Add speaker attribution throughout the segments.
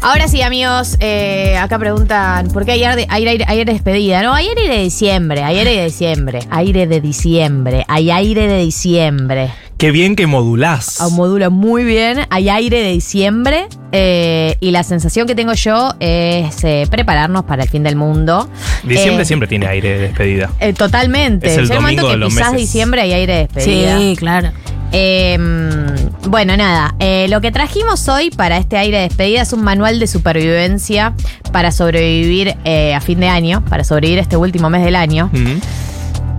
Speaker 1: Ahora sí, amigos, eh, acá preguntan, ¿por qué ayer, de- ayer, ayer- ayer despedida? No, ayer aire de diciembre, ayer aire de diciembre, aire de diciembre, hay aire de diciembre.
Speaker 2: Qué bien que modulás.
Speaker 1: Ah, Modula muy bien, hay aire de diciembre eh, y la sensación que tengo yo es eh, prepararnos para el fin del mundo.
Speaker 2: Diciembre
Speaker 1: Eh,
Speaker 2: siempre tiene aire de despedida.
Speaker 1: eh, totalmente.
Speaker 2: Es el
Speaker 1: Llega un momento
Speaker 2: domingo de
Speaker 1: que
Speaker 2: los
Speaker 1: quizás
Speaker 2: meses.
Speaker 1: diciembre hay aire de despedida.
Speaker 3: Sí, claro.
Speaker 1: Eh, bueno, nada, eh, lo que trajimos hoy para este aire de despedida es un manual de supervivencia para sobrevivir eh, a fin de año, para sobrevivir este último mes del año.
Speaker 2: Mm.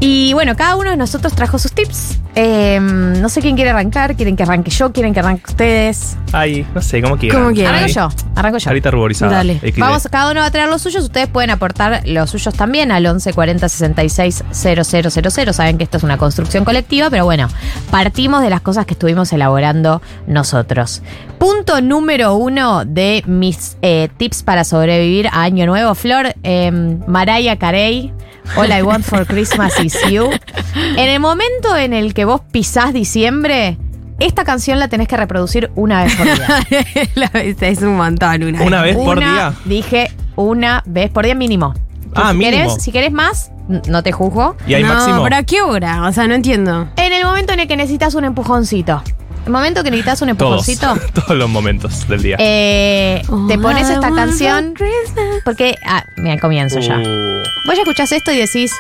Speaker 1: Y bueno, cada uno de nosotros trajo sus tips. Eh, no sé quién quiere arrancar, quieren que arranque yo, quieren que arranque ustedes.
Speaker 2: Ay, no sé, como quieran.
Speaker 3: Como quieran.
Speaker 1: Arranco
Speaker 2: Ay,
Speaker 1: yo, arranco yo.
Speaker 2: Charita ruborizada.
Speaker 3: Dale.
Speaker 2: XD.
Speaker 1: Vamos, cada uno va a traer los suyos. Ustedes pueden aportar los suyos también al 11 40 66 000. Saben que esto es una construcción colectiva, pero bueno, partimos de las cosas que estuvimos elaborando nosotros. Punto número uno de mis eh, tips para sobrevivir a Año Nuevo. Flor, eh, Mariah Carey, All I Want for Christmas is You. En el momento en el que vos pisás diciembre, esta canción la tenés que reproducir una vez por día.
Speaker 3: La- es un montón una,
Speaker 2: Una vez por día.
Speaker 1: Dije una vez por día mínimo.
Speaker 2: Ah,
Speaker 1: si
Speaker 2: mínimo.
Speaker 1: Querés, si querés más, n- no te juzgo.
Speaker 2: Y hay
Speaker 3: no,
Speaker 2: máximo.
Speaker 3: pero ¿a qué hora? O sea, no entiendo.
Speaker 1: En el momento en el que necesitas un empujoncito. El momento que necesitas un
Speaker 2: Todos.
Speaker 1: empujoncito,
Speaker 2: Todos los momentos del día.
Speaker 1: eh, te
Speaker 3: All
Speaker 1: pones
Speaker 3: I
Speaker 1: esta
Speaker 3: want
Speaker 1: canción.
Speaker 3: for Christmas.
Speaker 1: Porque. Ah, mira, comienzo ya.
Speaker 2: Uh,
Speaker 1: Vos ya escuchás esto y decís.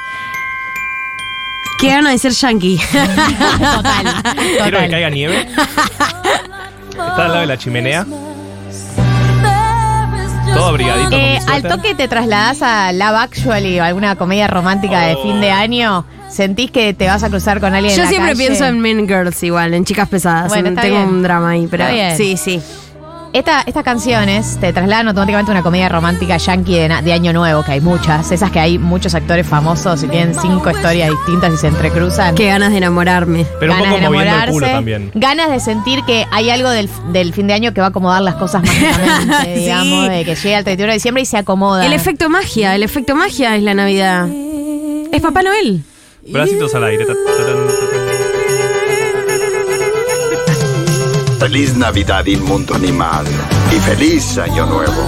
Speaker 3: Qué gana de ser yankee.
Speaker 1: Total.
Speaker 2: Quiero que
Speaker 1: total.
Speaker 2: caiga nieve. Está al lado de la chimenea. Todo abrigadito. con
Speaker 1: Eh,
Speaker 2: mi
Speaker 1: al
Speaker 2: suéter.
Speaker 1: toque te trasladás a Love Actually o alguna comedia romántica de
Speaker 2: Oh.
Speaker 1: fin de año. ¿Sentís que te vas a cruzar con alguien? en
Speaker 3: Yo
Speaker 1: la
Speaker 3: siempre
Speaker 1: calle?
Speaker 3: pienso en Men Girls igual, en chicas pesadas.
Speaker 1: Bueno,
Speaker 3: En-
Speaker 1: está
Speaker 3: tengo
Speaker 1: bien.
Speaker 3: un drama ahí, pero
Speaker 1: Está bien.
Speaker 3: sí, sí.
Speaker 1: Esta- estas canciones te trasladan automáticamente a una comedia romántica yankee de, na- de Año Nuevo, que hay muchas, esas que hay muchos actores famosos y tienen cinco historias distintas y se entrecruzan.
Speaker 3: Qué ganas de enamorarme.
Speaker 2: Pero un
Speaker 1: ganas
Speaker 2: poco
Speaker 1: de
Speaker 2: moviendo el culo
Speaker 1: enamorarse,
Speaker 2: también.
Speaker 1: Ganas de sentir que hay algo del, del fin de año que va a acomodar las cosas mágicamente,
Speaker 3: Sí.
Speaker 1: digamos, de que llega el 31 de diciembre y se acomoda.
Speaker 3: El efecto magia, el efecto magia es la Navidad. Es Papá Noel.
Speaker 2: Bracitos al aire. Ta- ta- ta- ta-
Speaker 4: Feliz Navidad, inmundo animal. Y feliz Año Nuevo.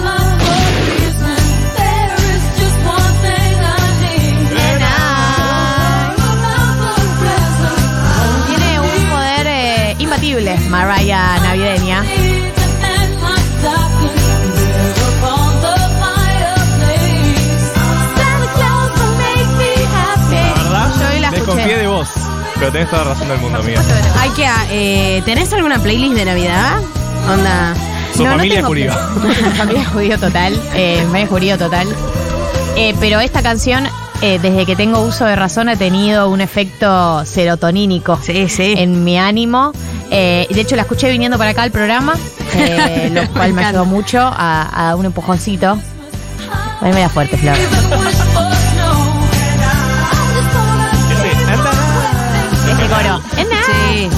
Speaker 1: Tiene un poder eh, imbatible, Mariah navideña.
Speaker 2: ta. La verdad,
Speaker 1: Yo hoy la
Speaker 2: desconfié
Speaker 1: escuché.
Speaker 2: de vos. Pero tenés toda la razón del mundo, amiga.
Speaker 3: Hay que. eh, ¿Tenés alguna playlist de Navidad? Onda.
Speaker 2: Su familia es
Speaker 1: tengo
Speaker 2: judío.
Speaker 1: plan. familia es judío total. Eh, me es judío total. Eh, pero esta canción, eh, desde que tengo uso de razón, ha tenido un efecto serotonínico
Speaker 3: Sí, sí.
Speaker 1: en mi ánimo. Eh, y de hecho, la escuché viniendo para acá al programa, eh, lo cual me ayudó mucho a, a un empujoncito. Ay, me da fuerte, Flor.
Speaker 2: Ese,
Speaker 1: Ese coro. Es nada.
Speaker 3: Sí.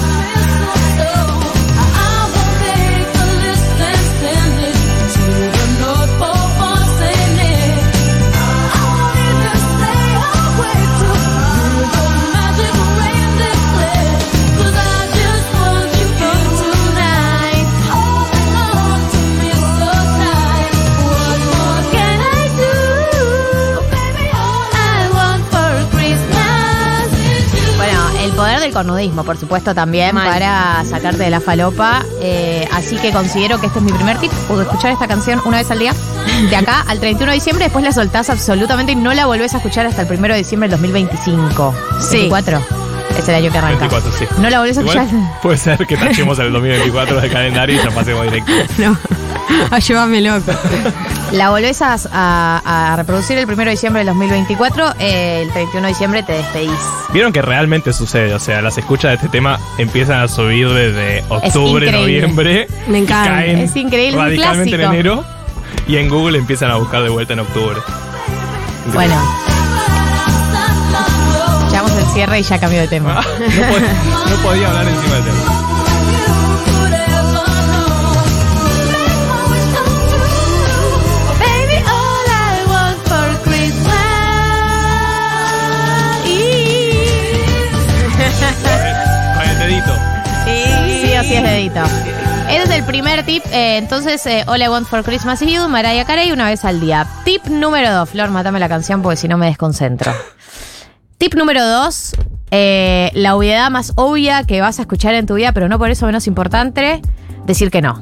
Speaker 1: Bueno, el poder del cornudismo, por supuesto, también
Speaker 3: Mal.
Speaker 1: para sacarte de la falopa. Eh, así que considero que este es mi primer tip, escuchar esta canción una vez al día, de acá al 31 de diciembre, después la soltás absolutamente y no la volvés a escuchar hasta el 1 de diciembre del 2025.
Speaker 3: Sí.
Speaker 1: 24 es el año que arranca.
Speaker 2: 24, sí.
Speaker 1: No la volvés a
Speaker 2: Igual
Speaker 1: escuchar.
Speaker 2: puede ser que tachemos el 2024 del calendario y ya pasemos directo.
Speaker 3: No. Ayúdame loco.
Speaker 1: La volvés a, a- a reproducir el 1 de diciembre del 2024, eh, el 31 de diciembre te despedís.
Speaker 2: Vieron que realmente sucede, o sea, las escuchas de este tema empiezan a subir desde octubre,
Speaker 1: increíble.
Speaker 2: noviembre.
Speaker 3: Me
Speaker 2: y
Speaker 3: encanta.
Speaker 2: caen
Speaker 1: Es increíble, un
Speaker 2: Radicalmente en
Speaker 1: clásico.
Speaker 2: enero. Y en Google empiezan a buscar de vuelta en octubre.
Speaker 1: Bueno. Echamos el cierre y ya cambió de tema.
Speaker 2: Ah, No, pod- no podía hablar encima del tema.
Speaker 1: Y-
Speaker 2: Con el- Con el dedito.
Speaker 1: Sí, sí o sí es dedito. Ese es el primer tip. eh, entonces, eh, All I Want for Christmas is You, Mariah Carey, una vez al día. Tip número dos. Flor, matame la canción porque si no me desconcentro. Tip número dos. eh, la obviedad más obvia que vas a escuchar en tu vida, pero no por eso menos importante, decir que no.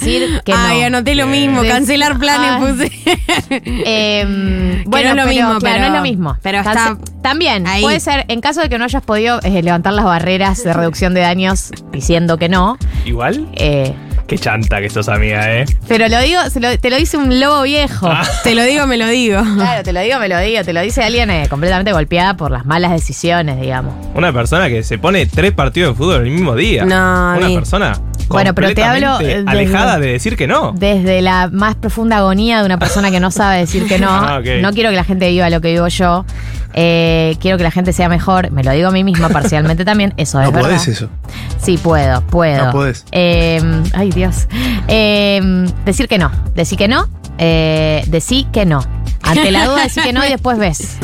Speaker 1: decir que no.
Speaker 3: Ay, anoté lo mismo,
Speaker 1: Sí.
Speaker 3: cancelar planes puse.
Speaker 1: Eh, bueno,
Speaker 3: no es lo
Speaker 1: pero, claro,
Speaker 3: mismo, pero-
Speaker 1: no es lo mismo.
Speaker 3: pero
Speaker 1: Tan-
Speaker 3: está
Speaker 1: también
Speaker 3: ahí.
Speaker 1: puede ser, en caso de que no hayas podido eh, levantar las barreras de reducción de daños diciendo que no,
Speaker 2: Igual,
Speaker 1: eh,
Speaker 2: qué chanta que sos amiga, ¿eh?
Speaker 1: pero lo digo, se lo- te lo dice un lobo viejo.
Speaker 3: Te lo digo, me lo digo.
Speaker 1: Claro, te lo digo, me lo digo, te lo dice alguien eh, completamente golpeada por las malas decisiones, digamos.
Speaker 2: Una persona que se pone tres partidos de fútbol el mismo día.
Speaker 3: No, a
Speaker 2: Una
Speaker 3: mí-
Speaker 2: persona
Speaker 1: Bueno, pero te hablo,
Speaker 2: completamente
Speaker 1: eh, desde-
Speaker 2: alejada de decir que no.
Speaker 1: Desde la más profunda agonía de una persona que no sabe decir que no,
Speaker 2: Ah, ok.
Speaker 1: no quiero que la gente viva lo que vivo yo, eh, quiero que la gente sea mejor, me lo digo a mí misma parcialmente también, eso es
Speaker 5: No
Speaker 1: verdad.
Speaker 5: podés eso.
Speaker 1: Sí, puedo, puedo.
Speaker 5: No podés.
Speaker 1: Eh, ay, Dios. Eh, decir que no. Decir que no. Eh, decí que no. Ante la duda, decir que no y después ves.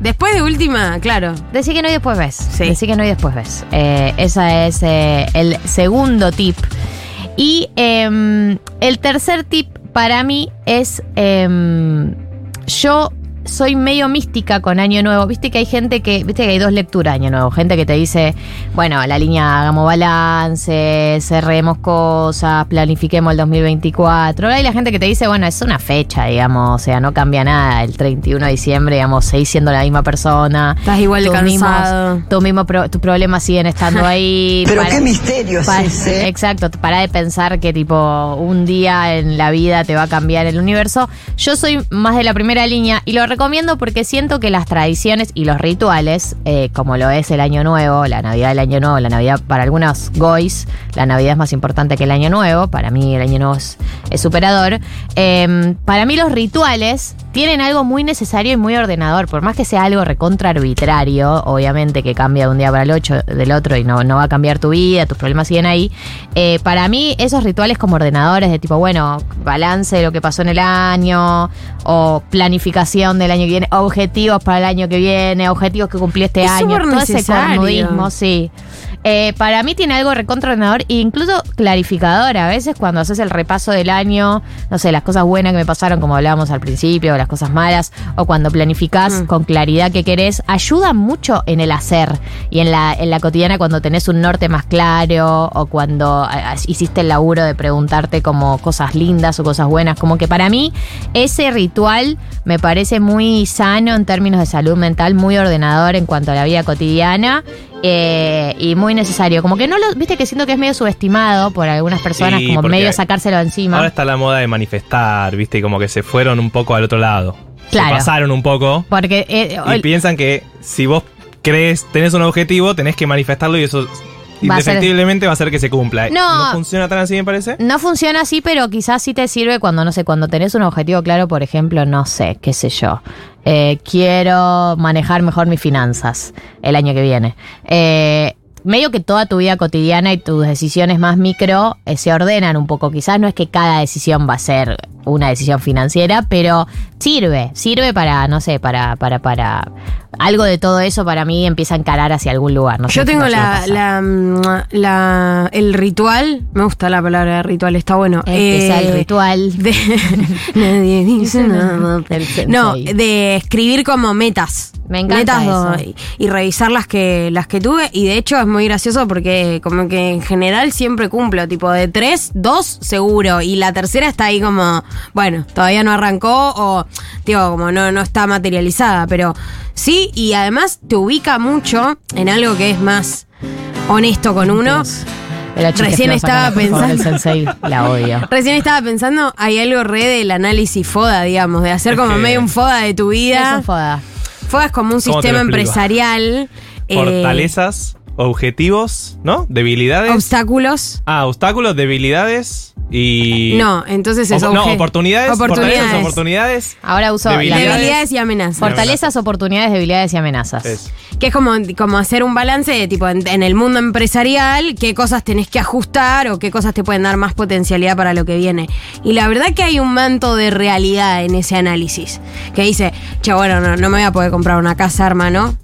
Speaker 3: Después de última, claro.
Speaker 1: Decir que no y después ves.
Speaker 3: Sí.
Speaker 1: Decir que no y después ves. Eh, ese es eh, el segundo tip. Y em, el tercer tip para mí es. em, yo soy medio mística con Año Nuevo. Viste que hay gente que. Viste que hay dos lecturas de Año Nuevo. Gente que te dice, bueno, la línea hagamos balance, cerremos cosas, planifiquemos el 2024. Hay la gente que te dice, bueno, es una fecha, digamos. O sea, no cambia nada. El 31 de diciembre, digamos, seguís siendo la misma persona.
Speaker 3: Estás igual de
Speaker 1: Tus mismos-
Speaker 3: cansado.
Speaker 1: tu mismo pro- tus problemas siguen estando ahí.
Speaker 6: Pero
Speaker 1: Para-
Speaker 6: qué misterio es
Speaker 1: pa-
Speaker 6: ese.
Speaker 1: Exacto, para de pensar que tipo un día en la vida te va a cambiar el universo. Yo soy más de la primera línea y lo recomiendo porque siento que las tradiciones y los rituales, eh, como lo es el Año Nuevo, la Navidad del Año Nuevo, la Navidad para algunos goys, la Navidad es más importante que el Año Nuevo, para mí el Año Nuevo es, es superador. Eh, para mí los rituales tienen algo muy necesario y muy ordenador, por más que sea algo recontra arbitrario, obviamente que cambia de un día para el ocho, del otro y no, no va a cambiar tu vida, tus problemas siguen ahí. Eh, para mí esos rituales como ordenadores de tipo, bueno, balance de lo que pasó en el año, o planificación del año que viene, objetivos para el año que viene, objetivos que cumplí este
Speaker 3: Es
Speaker 1: año, todo ese
Speaker 3: supernecesario.
Speaker 1: cornudismo, sí. Eh, para mí tiene algo recontra ordenador e incluso clarificador. A veces cuando haces el repaso del año, no sé, las cosas buenas que me pasaron, como hablábamos al principio, o las cosas malas, o cuando planificás con claridad que querés, ayuda mucho en el hacer y en la, en la cotidiana cuando tenés un norte más claro o cuando ah, ah, hiciste el laburo de preguntarte como cosas lindas o cosas buenas. Como que para mí ese ritual me parece muy sano en términos de salud mental, muy ordenador en cuanto a la vida cotidiana eh, y muy necesario. Como que no lo, viste que siento que es medio subestimado por algunas personas,
Speaker 2: Sí,
Speaker 1: como
Speaker 2: porque
Speaker 1: medio
Speaker 2: hay-
Speaker 1: sacárselo de encima.
Speaker 2: Ahora está la moda de manifestar, ¿viste? Y Como que se fueron un poco al otro lado.
Speaker 1: Claro.
Speaker 2: Se pasaron un poco.
Speaker 1: porque eh,
Speaker 2: Y
Speaker 1: hoy-
Speaker 2: piensan que si vos crees, tenés un objetivo, tenés que manifestarlo y eso
Speaker 1: Va a ser-
Speaker 2: indefectiblemente va a ser que se cumpla.
Speaker 1: No.
Speaker 2: funciona tan así, me parece.
Speaker 1: No funciona así, pero quizás sí te sirve cuando, no sé, cuando tenés un objetivo claro, por ejemplo, no sé, qué sé yo. eh, quiero manejar mejor mis finanzas el año que viene. Eh, medio que toda tu vida cotidiana y tus decisiones más micro eh, se ordenan un poco. Quizás no es que cada decisión va a ser una decisión financiera, pero sirve, sirve para, no sé, para, para, para. Algo de todo eso para mí empieza a encarar hacia algún lugar. No sé
Speaker 3: Yo
Speaker 1: si
Speaker 3: tengo
Speaker 1: nos
Speaker 3: la,
Speaker 1: pasa.
Speaker 3: la, mm, la- el ritual, me gusta la palabra ritual, está bueno.
Speaker 1: Empieza
Speaker 3: Eh,
Speaker 1: el ritual.
Speaker 3: de- nadie dice nada.
Speaker 1: Del sensei.
Speaker 3: No, de escribir como metas.
Speaker 1: Me encanta
Speaker 3: Metas
Speaker 1: eso.
Speaker 3: do- y, y revisar las que, las que tuve. Y de hecho es muy gracioso porque como que en general siempre cumplo. Tipo de tres, dos seguro. Y la tercera está ahí como, bueno, todavía no arrancó o digo, como no, no está materializada. Pero sí, y además te ubica mucho en algo que es más honesto con uno.
Speaker 1: Era chiste
Speaker 3: Recién
Speaker 1: flojo,
Speaker 3: estaba
Speaker 1: no, por favor,
Speaker 3: pensando.
Speaker 1: el sensei la odio.
Speaker 3: Recién estaba pensando, hay algo re del análisis FODA, digamos, de hacer como
Speaker 2: que-
Speaker 3: medio un FODA de tu vida.
Speaker 1: Eso foda.
Speaker 3: FODA es como
Speaker 2: ¿Cómo
Speaker 3: un
Speaker 2: te lo
Speaker 3: sistema
Speaker 2: explico?
Speaker 3: empresarial. eh,
Speaker 2: Fortalezas, objetivos, ¿no? Debilidades.
Speaker 3: obstáculos.
Speaker 2: ah, obstáculos, debilidades y.
Speaker 3: No, entonces es
Speaker 2: Op- no,
Speaker 3: obje-
Speaker 2: oportunidades.
Speaker 3: Oportunidades.
Speaker 2: Fortalezas, oportunidades.
Speaker 1: Ahora uso
Speaker 2: Debilidades.
Speaker 1: la-
Speaker 3: Debilidades y amenazas.
Speaker 1: fortalezas, oportunidades, debilidades y amenazas.
Speaker 2: Es.
Speaker 3: Que es como, como hacer un balance de tipo en, en el mundo empresarial, qué cosas tenés que ajustar o qué cosas te pueden dar más potencialidad para lo que viene. Y la verdad que hay un manto de realidad en ese análisis. Que dice, che, bueno, no, no me voy a poder comprar una casa, hermano.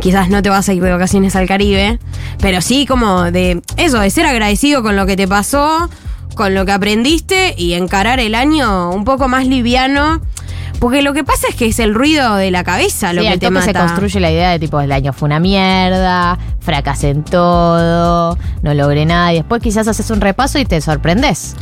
Speaker 3: quizás no te vas a ir de vacaciones al Caribe, pero sí como de eso, de ser agradecido con lo que te pasó, con lo que aprendiste y encarar el año un poco más liviano. Porque lo que pasa es que es el ruido de la cabeza lo
Speaker 1: Sí,
Speaker 3: que
Speaker 1: al
Speaker 3: te
Speaker 1: toque
Speaker 3: mata.
Speaker 1: se construye la idea de tipo, el año fue una mierda, fracasé en todo, no logré nada. Y después quizás haces un repaso y te sorprendes.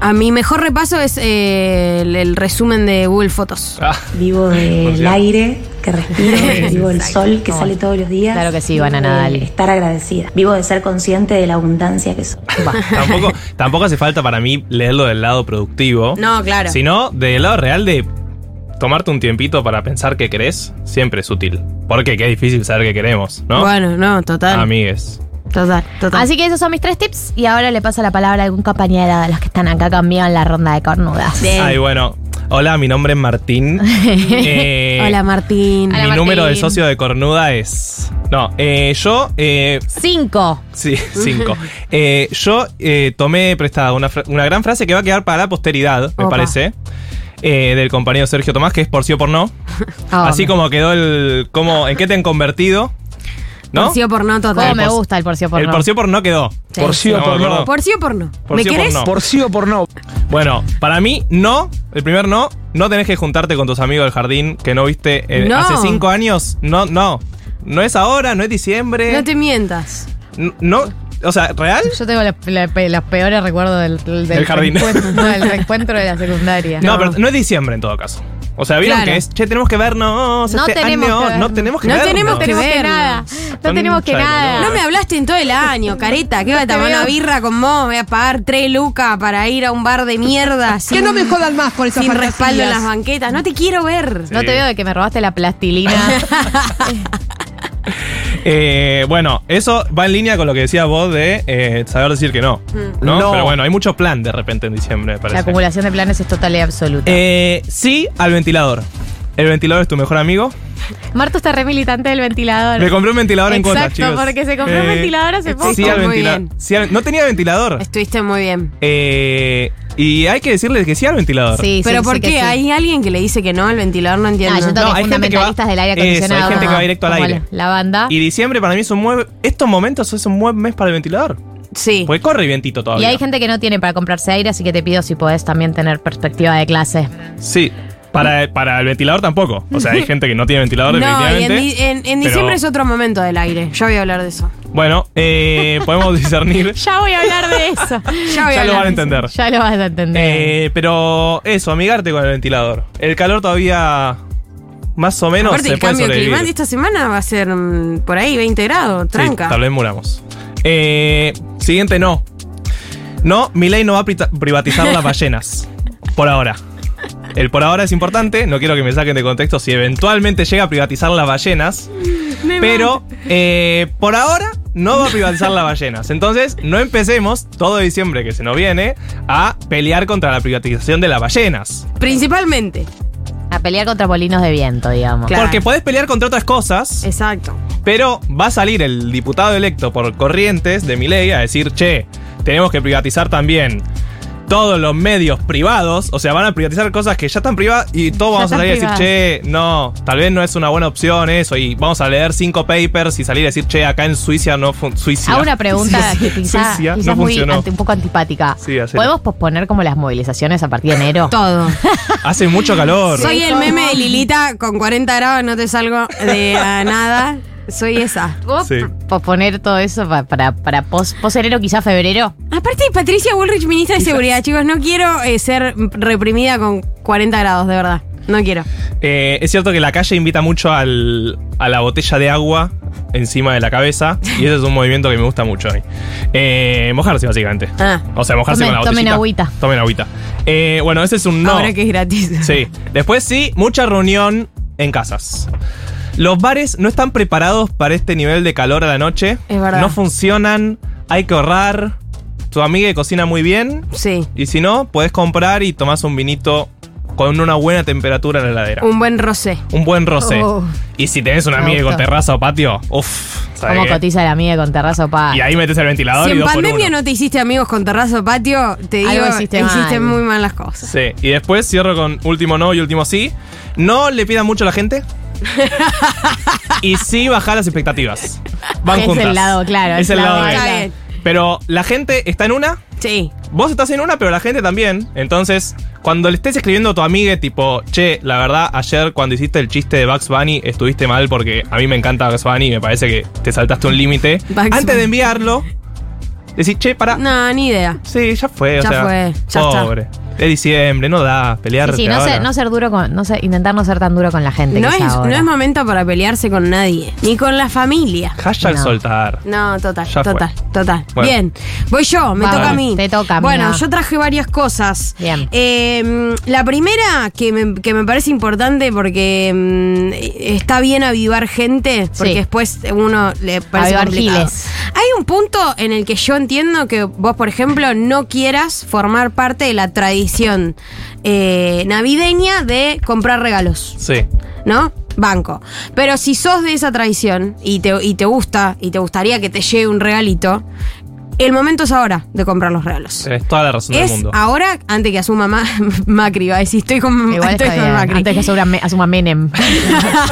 Speaker 3: A mi mejor repaso es eh, el, el resumen de Google Fotos.
Speaker 2: Ah,
Speaker 5: Vivo
Speaker 2: Por
Speaker 5: del
Speaker 2: cierto.
Speaker 5: aire que respiro,
Speaker 2: Sí,
Speaker 5: vivo del sol que
Speaker 1: Bueno,
Speaker 5: sale todos los días.
Speaker 1: claro que sí,
Speaker 5: vivo
Speaker 1: Ivana
Speaker 5: de
Speaker 1: Nadal.
Speaker 5: Estar agradecida. Vivo de ser consciente de la abundancia que soy.
Speaker 2: tampoco, tampoco hace falta para mí leerlo del lado productivo.
Speaker 3: No, claro.
Speaker 2: Sino del lado real de tomarte un tiempito para pensar qué querés, siempre es útil. Porque qué difícil saber qué queremos, ¿no?
Speaker 3: Bueno, no, total.
Speaker 2: Amigues.
Speaker 3: Total, total.
Speaker 1: Así que esos son mis tres tips. Y ahora le paso la palabra a algún compañero de los que están acá conmigo en la ronda de cornudas.
Speaker 3: Bien.
Speaker 2: Ay, bueno. Hola, mi nombre es Martín. Eh,
Speaker 3: Hola Martín.
Speaker 2: Mi
Speaker 1: Hola, Martín.
Speaker 2: número de socio de Cornuda es. No, eh, yo. eh,
Speaker 1: Cinco.
Speaker 2: sí, cinco. Eh, yo eh, tomé prestada una, fra- una gran frase que va a quedar para la posteridad, me
Speaker 3: Opa.
Speaker 2: parece. eh, del compañero Sergio Tomás, que es por sí o por no.
Speaker 1: Oh,
Speaker 2: Así como quedó el. Cómo, ¿En qué te han convertido? ¿No?
Speaker 3: Por sí o por no,
Speaker 1: Cómo
Speaker 3: total.
Speaker 1: me
Speaker 2: El por-
Speaker 1: gusta el por sí o por
Speaker 2: el
Speaker 1: no.
Speaker 2: por sí o por no quedó.
Speaker 6: Por sí o
Speaker 2: No,
Speaker 6: por
Speaker 2: me acuerdo.
Speaker 6: no.
Speaker 3: Por sí o por no.
Speaker 2: Por
Speaker 3: ¿Me
Speaker 2: sí o por
Speaker 3: querés?
Speaker 2: no.
Speaker 6: Por sí o por no.
Speaker 2: Bueno, para mí, no. El primer no, no tenés que juntarte con tus amigos del jardín que no viste eh,
Speaker 3: No.
Speaker 2: hace cinco años. No, no. No es ahora, no es
Speaker 1: Eh,
Speaker 2: diciembre.
Speaker 3: No te mientas.
Speaker 2: N- No, o sea, ¿real?
Speaker 1: Yo tengo los, peores recuerdos del,
Speaker 2: Del jardín. reencuentro-
Speaker 1: reencuentro de la secundaria.
Speaker 2: No, pero no es diciembre en todo caso. O sea, ¿vieron
Speaker 3: Claro.
Speaker 2: que es? Che, tenemos que vernos.
Speaker 1: No
Speaker 2: este
Speaker 1: tenemos
Speaker 2: año,
Speaker 1: que vernos.
Speaker 2: No tenemos que
Speaker 3: No
Speaker 2: vernos.
Speaker 3: tenemos que
Speaker 1: tenemos que
Speaker 3: vernos.
Speaker 1: nada. Ah, No
Speaker 2: Concha
Speaker 1: tenemos que
Speaker 2: de la
Speaker 1: nada.
Speaker 2: lora.
Speaker 3: No me hablaste en todo el año, careta. ¿Qué voy a
Speaker 1: te
Speaker 3: tomar una
Speaker 1: veo.
Speaker 3: birra con vos? Voy a pagar tres lucas para ir a un bar de mierda.
Speaker 7: Que no me jodan más con esas
Speaker 3: Sin
Speaker 7: fantasías.
Speaker 3: respaldo en las banquetas. No te quiero ver.
Speaker 1: No
Speaker 2: Sí.
Speaker 1: te veo de que me robaste la plastilina.
Speaker 2: Eh, bueno, eso va en línea con lo que decías vos de eh, saber decir que no, no.
Speaker 6: No.
Speaker 2: Pero bueno, hay mucho plan de repente en diciembre, me
Speaker 1: la
Speaker 2: parece.
Speaker 1: acumulación de planes es total y absoluta.
Speaker 2: Eh, sí al ventilador. ¿El ventilador es tu mejor amigo?
Speaker 1: Marto está re militante del ventilador.
Speaker 2: Me compré un ventilador en
Speaker 1: Exacto,
Speaker 2: cuotas, chicos. Eh,
Speaker 1: porque se compró un ventilador hace poco.
Speaker 2: Sí, al
Speaker 3: Muy
Speaker 2: ventila-
Speaker 3: bien.
Speaker 2: sí al- no tenía ventilador.
Speaker 3: Estuviste muy bien.
Speaker 2: Eh, y hay que decirles que sí al ventilador.
Speaker 1: Sí, sí,
Speaker 3: Pero
Speaker 1: sí
Speaker 3: ¿por
Speaker 1: que
Speaker 3: qué?
Speaker 1: sí.
Speaker 3: Hay alguien que le dice que no al ventilador, no entiendo.
Speaker 1: Ah, yo toqué
Speaker 2: No, hay gente que va-
Speaker 1: fundamentalistas del aire
Speaker 2: Eso, hay
Speaker 1: acondicionado.
Speaker 2: gente que va
Speaker 1: como-
Speaker 2: directo al
Speaker 1: como
Speaker 2: aire.
Speaker 1: La, la banda.
Speaker 2: Y diciembre para mí es un buen. Estos momentos es un buen mes para el ventilador.
Speaker 3: sí.
Speaker 2: Porque corre vientito
Speaker 1: Y
Speaker 2: todavía.
Speaker 1: hay gente que no tiene para comprarse aire, así que te pido si podés también tener perspectiva de clase.
Speaker 2: Sí. Para, para el ventilador tampoco. O sea, hay gente que no tiene ventilador,
Speaker 3: No, y en, di-
Speaker 2: definitivamente.
Speaker 3: en- en diciembre
Speaker 2: pero-
Speaker 3: es otro momento del aire. Ya voy a hablar de eso.
Speaker 2: Bueno, eh, podemos discernir.
Speaker 1: Ya voy a hablar de eso.
Speaker 3: Ya voy
Speaker 2: Ya
Speaker 3: a
Speaker 2: lo van
Speaker 3: hablar
Speaker 2: a
Speaker 3: de eso.
Speaker 2: entender.
Speaker 1: ya lo vas a entender.
Speaker 2: Eh, pero eso, amigarte con el ventilador. El calor todavía más o menos
Speaker 3: Aparte,
Speaker 2: se
Speaker 3: el
Speaker 2: puede
Speaker 3: cambio
Speaker 2: sobrevivir.
Speaker 3: climático esta semana va a ser mm, por ahí 20 grados,
Speaker 2: Sí,
Speaker 3: tranca.
Speaker 2: tal vez muramos. Eh, siguiente no. No, Milei no va a prita- privatizar las ballenas. Por ahora. El por ahora es importante, no quiero que me saquen de contexto si eventualmente llega a privatizar las ballenas. Pero eh, por ahora no va a privatizar las ballenas. Entonces, no empecemos todo diciembre que se nos viene a pelear contra la privatización de las ballenas.
Speaker 3: Principalmente.
Speaker 1: a pelear contra molinos de viento, digamos.
Speaker 3: Claro.
Speaker 2: Porque podés pelear contra otras cosas.
Speaker 3: Exacto.
Speaker 2: Pero va a salir el diputado electo por Corrientes de Milei a decir, che, tenemos que privatizar también todos los medios privados. O sea, van a privatizar cosas que ya están privadas y
Speaker 1: Ya
Speaker 2: todos vamos a
Speaker 1: están
Speaker 2: salir a decir,
Speaker 1: privadas.
Speaker 2: che, no, tal vez no es una buena opción eso. Y vamos a leer cinco papers y salir a decir, che, acá en Suiza no fun- Suiza.
Speaker 1: Hago una pregunta que quizá,
Speaker 2: Suiza,
Speaker 1: quizá
Speaker 2: ah, no
Speaker 1: es muy
Speaker 2: funcionó.
Speaker 1: anti- un poco antipática.
Speaker 2: Sí, hacelo.
Speaker 1: ¿Podemos posponer como las movilizaciones a partir de enero?
Speaker 3: Todo.
Speaker 2: Hace mucho calor.
Speaker 3: Soy el meme de Lilita con 40 grados, no te salgo de ah, nada. Soy esa.
Speaker 1: ¿Podemos
Speaker 2: Sí.
Speaker 1: pr- posponer todo eso pa- para, para, pos, posenero quizá febrero?
Speaker 3: Aparte, Patricia Bullrich, ministra de Seguridad, chicos, no quiero eh, ser reprimida con 40 grados, de verdad. No quiero.
Speaker 2: Eh, es cierto que la calle invita mucho al- a la botella de agua encima de la cabeza y ese es un movimiento que me gusta mucho hoy. Eh, mojarse básicamente.
Speaker 3: Ah.
Speaker 2: o sea, mojarse
Speaker 1: Tomen-
Speaker 2: con la
Speaker 1: tomen
Speaker 2: botella.
Speaker 1: agüita.
Speaker 2: Tomen agüita. Eh, bueno, ese es un no.
Speaker 3: Ahora que es gratis.
Speaker 2: Sí. Después sí, mucha reunión en casas. Los bares no están preparados para este nivel de calor a la noche.
Speaker 3: Es verdad.
Speaker 2: No funcionan, hay que ahorrar. Tu amiga que cocina muy bien.
Speaker 3: Sí.
Speaker 2: Y si no, podés comprar y tomás un vinito con una buena temperatura en la heladera.
Speaker 3: Un buen rosé.
Speaker 2: Un buen rosé.
Speaker 1: Oh.
Speaker 2: Y si tenés una
Speaker 1: Me
Speaker 2: amiga con
Speaker 1: gusta.
Speaker 2: terraza o patio, uff,
Speaker 1: ¿Cómo cotiza la amiga con terraza o pa?
Speaker 2: Y ahí metes el ventilador
Speaker 3: Si
Speaker 2: y
Speaker 3: en
Speaker 2: dos por
Speaker 3: pandemia
Speaker 2: uno.
Speaker 3: no te hiciste amigos con terrazo o patio, te
Speaker 1: Algo
Speaker 3: digo,
Speaker 1: hiciste
Speaker 3: hiciste,
Speaker 1: mal.
Speaker 3: muy mal las cosas.
Speaker 2: Sí, y después cierro con último no y último sí. No le pidan mucho a la gente. y sí bajar las expectativas. Van
Speaker 1: Es
Speaker 2: juntas.
Speaker 1: el lado, claro,
Speaker 2: Es el lado
Speaker 1: de-
Speaker 3: Está
Speaker 2: B.
Speaker 3: bien.
Speaker 2: Pero la gente está en una,
Speaker 3: Sí.
Speaker 2: vos estás en una, pero la gente también. Entonces, cuando le estés escribiendo a tu amiga, tipo, che, la verdad, ayer cuando hiciste el chiste de Bugs Bunny, estuviste mal porque a mí me encanta Bugs Bunny y me parece que te saltaste un límite.
Speaker 3: Bugs
Speaker 2: Antes
Speaker 3: Bunny.
Speaker 2: de enviarlo, decís, che, para.
Speaker 3: No, ni idea.
Speaker 2: Sí, ya fue, o
Speaker 3: Ya
Speaker 2: sea,
Speaker 3: fue, ya está.
Speaker 2: pobre. Es diciembre, no da pelear.
Speaker 1: Sí, sí, no ser, no ser duro con, no ser- intentar no ser tan duro con la gente.
Speaker 3: No
Speaker 1: que
Speaker 3: es,
Speaker 1: ahora.
Speaker 3: no es momento para pelearse con nadie, ni con la familia.
Speaker 2: Hashtag
Speaker 1: No.
Speaker 2: soltar.
Speaker 3: No, total,
Speaker 2: Ya fue.
Speaker 3: total, total.
Speaker 2: Bueno.
Speaker 3: Bien, voy yo, me
Speaker 1: Vamos,
Speaker 3: toca a mí.
Speaker 1: te toca, amiga.
Speaker 3: Bueno, yo traje varias cosas.
Speaker 1: Bien.
Speaker 3: Eh, la primera que me, que me parece importante porque mm, está bien avivar gente, porque
Speaker 1: Sí.
Speaker 3: después uno le parece
Speaker 1: Avivar
Speaker 3: complicado.
Speaker 1: giles.
Speaker 3: Hay un punto en el que yo entiendo que vos, por ejemplo, no quieras formar parte de la tradición eh, navideña de comprar regalos.
Speaker 2: Sí.
Speaker 3: ¿no? Banco. Pero si sos de esa traición y te, y te gusta y te gustaría que te llegue un regalito, el momento es ahora de comprar los regalos.
Speaker 2: Tenés toda la razón del
Speaker 3: Es
Speaker 2: mundo.
Speaker 3: ahora, antes que asuma Ma- Macri, va a decir, estoy con,
Speaker 1: Igual
Speaker 3: estoy
Speaker 1: está
Speaker 3: con
Speaker 1: bien,
Speaker 3: Macri.
Speaker 1: Antes que asuma, Me- asuma Menem.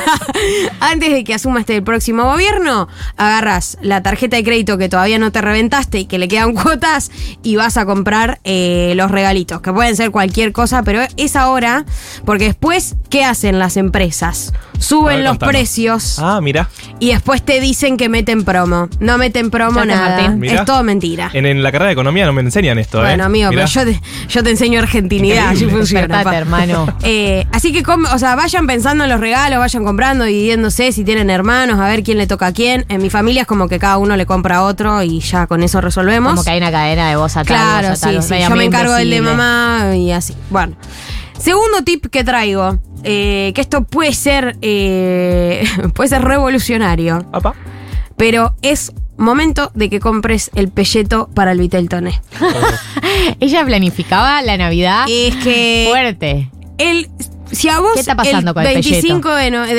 Speaker 3: Antes de que asumas el próximo gobierno, agarras la tarjeta de crédito que todavía no te reventaste y que le quedan cuotas y vas a comprar eh, los regalitos, que pueden ser cualquier cosa, pero es ahora, porque después, ¿qué hacen las empresas?
Speaker 2: A
Speaker 3: Suben
Speaker 2: ver,
Speaker 3: los
Speaker 2: contanos.
Speaker 3: precios.
Speaker 2: Ah, mira.
Speaker 3: Y después te dicen que meten promo. No meten
Speaker 1: Ya
Speaker 3: promo
Speaker 1: está,
Speaker 3: nada.
Speaker 1: Martín.
Speaker 2: Mirá.
Speaker 3: Es todo mentira.
Speaker 2: En, en la carrera de economía no me enseñan esto, ¿eh?
Speaker 3: Bueno, amigo,
Speaker 2: Mirá.
Speaker 3: pero yo te, yo te enseño argentinidad. Así funciona.
Speaker 1: Despertate,
Speaker 3: pa.
Speaker 1: hermano.
Speaker 3: Eh, así que, com- o sea, vayan pensando en los regalos, vayan comprando, dividiéndose, si tienen hermanos, a ver quién le toca a quién. En mi familia es como que cada uno le compra a otro y ya con eso resolvemos.
Speaker 1: Como que hay una cadena de voz atrás.
Speaker 3: Claro, sí, sí. Yo me encargo del de mamá y así. Bueno. Segundo tip que traigo, eh, que esto puede ser, eh, puede ser revolucionario.
Speaker 2: Apa.
Speaker 3: Pero es momento de que compres el pelleto para el Viteltoné.
Speaker 1: Ella planificaba la Navidad
Speaker 3: Es que
Speaker 1: Ah. fuerte.
Speaker 3: el, si a vos
Speaker 1: ¿Qué está pasando
Speaker 3: el
Speaker 1: con el
Speaker 3: 25 de no- del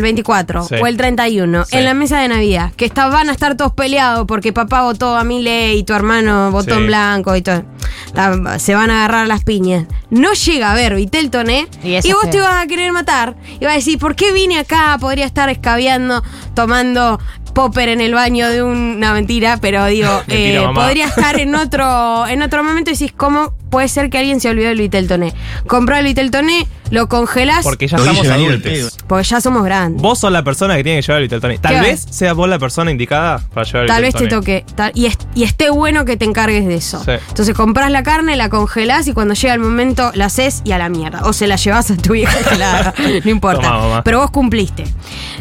Speaker 3: 24
Speaker 2: Sí.
Speaker 3: o el 31
Speaker 2: Sí.
Speaker 3: en la mesa de Navidad, que está- van a estar todos peleados porque papá votó a Mile y tu hermano votó en
Speaker 2: Sí.
Speaker 3: blanco y todo. Está- Se van a agarrar las piñas. No llega a ver Viteltoné
Speaker 1: Y
Speaker 3: y,
Speaker 1: eso
Speaker 3: vos
Speaker 1: es
Speaker 3: te
Speaker 1: feo.
Speaker 3: vas a querer matar. Y vas a decir, ¿por qué vine acá? Podría estar escabeando, tomando popper en el baño de una mentira, pero digo,
Speaker 2: Mentira,
Speaker 3: eh,
Speaker 2: mamá.
Speaker 3: podría estar en otro, en otro momento y decís, ¿cómo puede ser que alguien se olvidó del Viteltoné? Comprá el Viteltoné, lo congelás porque,
Speaker 2: Porque ya estamos adultos.
Speaker 3: ya somos grandes.
Speaker 2: Vos sos la persona que tiene que llevar el Viteltoné.
Speaker 3: ¿Qué
Speaker 2: Tal
Speaker 3: va?
Speaker 2: vez seas vos la persona indicada para llevar el
Speaker 3: Tal vez te
Speaker 2: Viteltoné.
Speaker 3: toque. tal- y, est- y esté bueno que te encargues de eso.
Speaker 2: Sí.
Speaker 3: Entonces compras la carne, la congelás y cuando llega el momento la haces y a la mierda. O se la llevas a tu hija que la haga, No importa.
Speaker 2: Tomá, mamá.
Speaker 3: Pero vos cumpliste.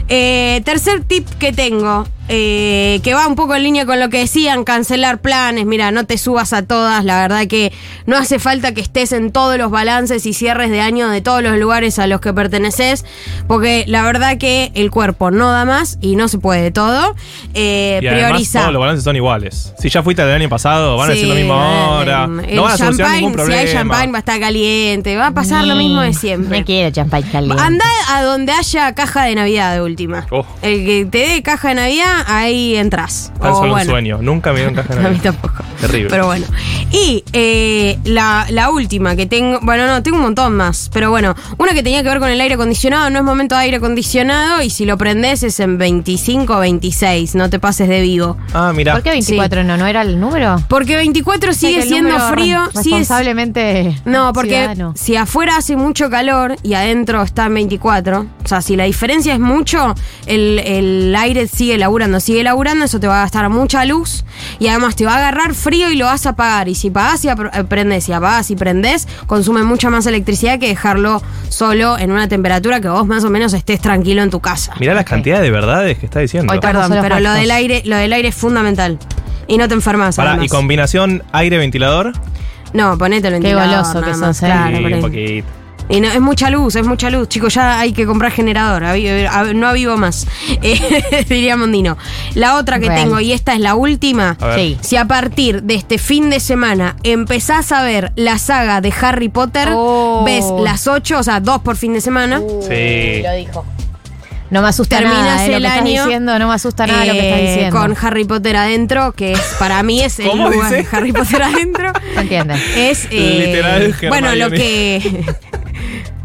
Speaker 3: Eh, tercer tip que tengo, eh, que va un poco en línea con lo que decían, cancelar planes. Mira, no te subas a todas. La verdad que no hace falta que estés en todos los balances y cierres de año de todos los lugares a los que perteneces. Porque la verdad que el cuerpo no da más y no se puede todo. Eh,
Speaker 2: Y además,
Speaker 3: prioriza.
Speaker 2: todos los balances son iguales. Si ya fuiste el año pasado, van a decir lo
Speaker 3: Sí,
Speaker 2: mismo ahora.
Speaker 3: van a-
Speaker 2: No van a
Speaker 3: el
Speaker 2: solucionar
Speaker 3: champagne,
Speaker 2: ningún problema.
Speaker 3: Si hay champagne, va a estar caliente. Va a pasar lo mismo de siempre.
Speaker 1: Me quiero champagne caliente.
Speaker 3: Anda a donde haya caja de Navidad de última.
Speaker 2: Oh.
Speaker 3: El que te dé caja de Navidad, ahí entras.
Speaker 2: Tan
Speaker 3: O
Speaker 2: solo un
Speaker 3: oh, bueno,
Speaker 2: sueño. Nunca me dieron caja de
Speaker 3: A mí
Speaker 2: Navidad.
Speaker 3: tampoco.
Speaker 2: Terrible.
Speaker 3: Pero bueno. Y eh, la, la última que tengo. Bueno, no, tengo un montón más. Pero bueno, una que tenía que ver con el aire acondicionado. No es momento de aire acondicionado. Y si lo prendés es en 25 o 26. No te pases de vivo.
Speaker 2: Ah, mira.
Speaker 1: ¿Por qué 24 no? ¿No era el número?
Speaker 3: Porque 24
Speaker 1: O sea,
Speaker 3: sigue
Speaker 1: que el
Speaker 3: siendo
Speaker 1: número
Speaker 3: frío.
Speaker 1: re-
Speaker 3: Sigue,
Speaker 1: Responsablemente.
Speaker 3: No, porque
Speaker 1: ciudadano.
Speaker 3: si afuera hace mucho calor y adentro está en 24, o sea, si la diferencia es mucho, el, el aire sigue laburando, sigue laburando, eso te va a gastar mucha luz y además te va a agarrar frío y lo vas a apagar. Y si pagás y apr- eh, prendés, y apagás y prendés, consume mucha más electricidad que dejarlo solo en una temperatura que vos más o menos estés tranquilo en tu casa.
Speaker 2: Mirá las cantidades de verdades que está diciendo.
Speaker 1: Hoy te-
Speaker 3: Perdón,
Speaker 1: Son los
Speaker 3: pero lo
Speaker 1: gastos.
Speaker 3: del, aire, lo del aire es fundamental. Y no te enfermas.
Speaker 2: Pará,
Speaker 3: además.
Speaker 2: y combinación aire-ventilador.
Speaker 3: No, ponete el ventilador.
Speaker 1: goloso
Speaker 3: nada
Speaker 1: que
Speaker 3: más,
Speaker 1: sos, ¿eh?
Speaker 3: claro,
Speaker 2: Sí,
Speaker 3: por
Speaker 2: un
Speaker 3: ahí.
Speaker 2: poquito.
Speaker 3: Y no, es mucha luz, es mucha luz. Chicos, ya hay que comprar generador. avi- eh, av- no avivo más. Eh, diría Mondino. La otra que
Speaker 1: Real.
Speaker 3: tengo, y esta es la última.
Speaker 2: A ver.
Speaker 1: Sí.
Speaker 3: Si a partir de este fin de semana empezás a ver la saga de Harry Potter,
Speaker 1: Oh.
Speaker 3: ves las ocho, o sea, dos por fin de semana.
Speaker 2: Sí.
Speaker 1: Lo dijo. No me asusta
Speaker 3: Terminás
Speaker 1: nada eh, lo
Speaker 3: el
Speaker 1: que estás
Speaker 3: año,
Speaker 1: diciendo, no me asusta nada lo que estás
Speaker 3: eh,
Speaker 1: diciendo.
Speaker 3: Con Harry Potter adentro, que es, para mí es el
Speaker 2: ¿Cómo
Speaker 3: lugar
Speaker 2: dice?
Speaker 3: Harry Potter adentro.
Speaker 1: ¿Se entiende?
Speaker 3: es eh,
Speaker 2: Literal, Hermione.
Speaker 3: bueno lo que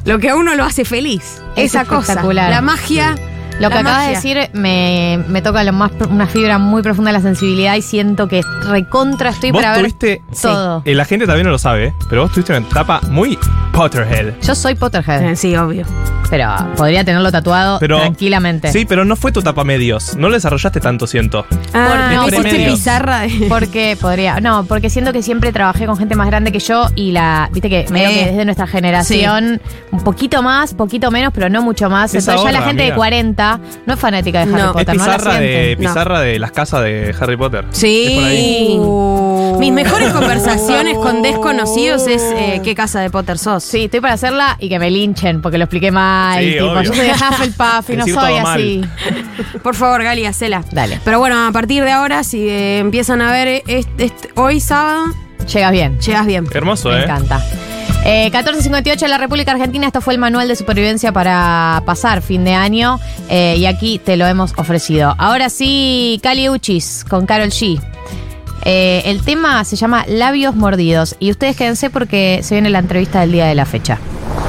Speaker 3: Lo que a uno lo hace feliz.
Speaker 1: Es
Speaker 3: Esa cosa.
Speaker 1: espectacular.
Speaker 3: La magia.
Speaker 1: Lo que
Speaker 3: la
Speaker 1: acabas de
Speaker 3: magia.
Speaker 1: decir me, me toca lo más, pro- una fibra muy profunda de la sensibilidad y siento que recontra estoy
Speaker 2: vos
Speaker 1: para ver
Speaker 2: tuviste.
Speaker 1: todo.
Speaker 2: eh, la gente también no lo sabe, pero vos tuviste una etapa muy Potterhead.
Speaker 1: Yo soy Potterhead,
Speaker 3: Eh, Sí, obvio.
Speaker 1: pero podría tenerlo tatuado
Speaker 2: Pero,
Speaker 1: tranquilamente.
Speaker 2: Sí, pero no fue tu etapa medios. No lo desarrollaste tanto, siento.
Speaker 3: Ah,
Speaker 2: no,
Speaker 3: me hiciste
Speaker 2: porque-
Speaker 3: pizarra de-
Speaker 1: Porque podría. No, porque siento que siempre trabajé con gente más grande que yo y la. Viste que medio
Speaker 3: Eh,
Speaker 1: que desde nuestra generación, un poquito más, poquito menos, pero no mucho más.
Speaker 2: Es
Speaker 1: Entonces ya la
Speaker 2: ahora,
Speaker 1: gente de
Speaker 2: amiga.
Speaker 1: 40 no es fanática de Harry
Speaker 3: No.
Speaker 1: Potter,
Speaker 2: es
Speaker 1: no la
Speaker 2: pizarra, de,
Speaker 1: siente.
Speaker 3: no.
Speaker 2: pizarra de las casas de Harry Potter. Es por ahí.
Speaker 3: Sí. Uh. Mis mejores conversaciones con
Speaker 4: Oh.
Speaker 3: desconocidos es eh, qué casa de Potter sos.
Speaker 1: Sí, estoy para hacerla y que me linchen porque lo expliqué mal.
Speaker 2: Sí,
Speaker 1: tipo,
Speaker 2: obvio.
Speaker 1: yo soy de Hufflepuff y no
Speaker 2: Decir
Speaker 1: soy
Speaker 2: todo mal.
Speaker 1: así.
Speaker 3: Por favor, Gali, hacela.
Speaker 1: Dale.
Speaker 3: Pero bueno, a partir de ahora, si eh, empiezan a ver eh, este- este- hoy sábado,
Speaker 1: Llegas bien.
Speaker 3: llegas bien.
Speaker 2: Hermoso,
Speaker 1: Me
Speaker 2: ¿eh?
Speaker 1: encanta. Eh, 1458 en la República Argentina, esto fue el manual de supervivencia para pasar fin de año eh, y aquí te lo hemos ofrecido. Ahora sí, Cali Uchis con Carol G. Eh, el tema se llama labios mordidos y ustedes quédense porque se viene la entrevista del día de la fecha.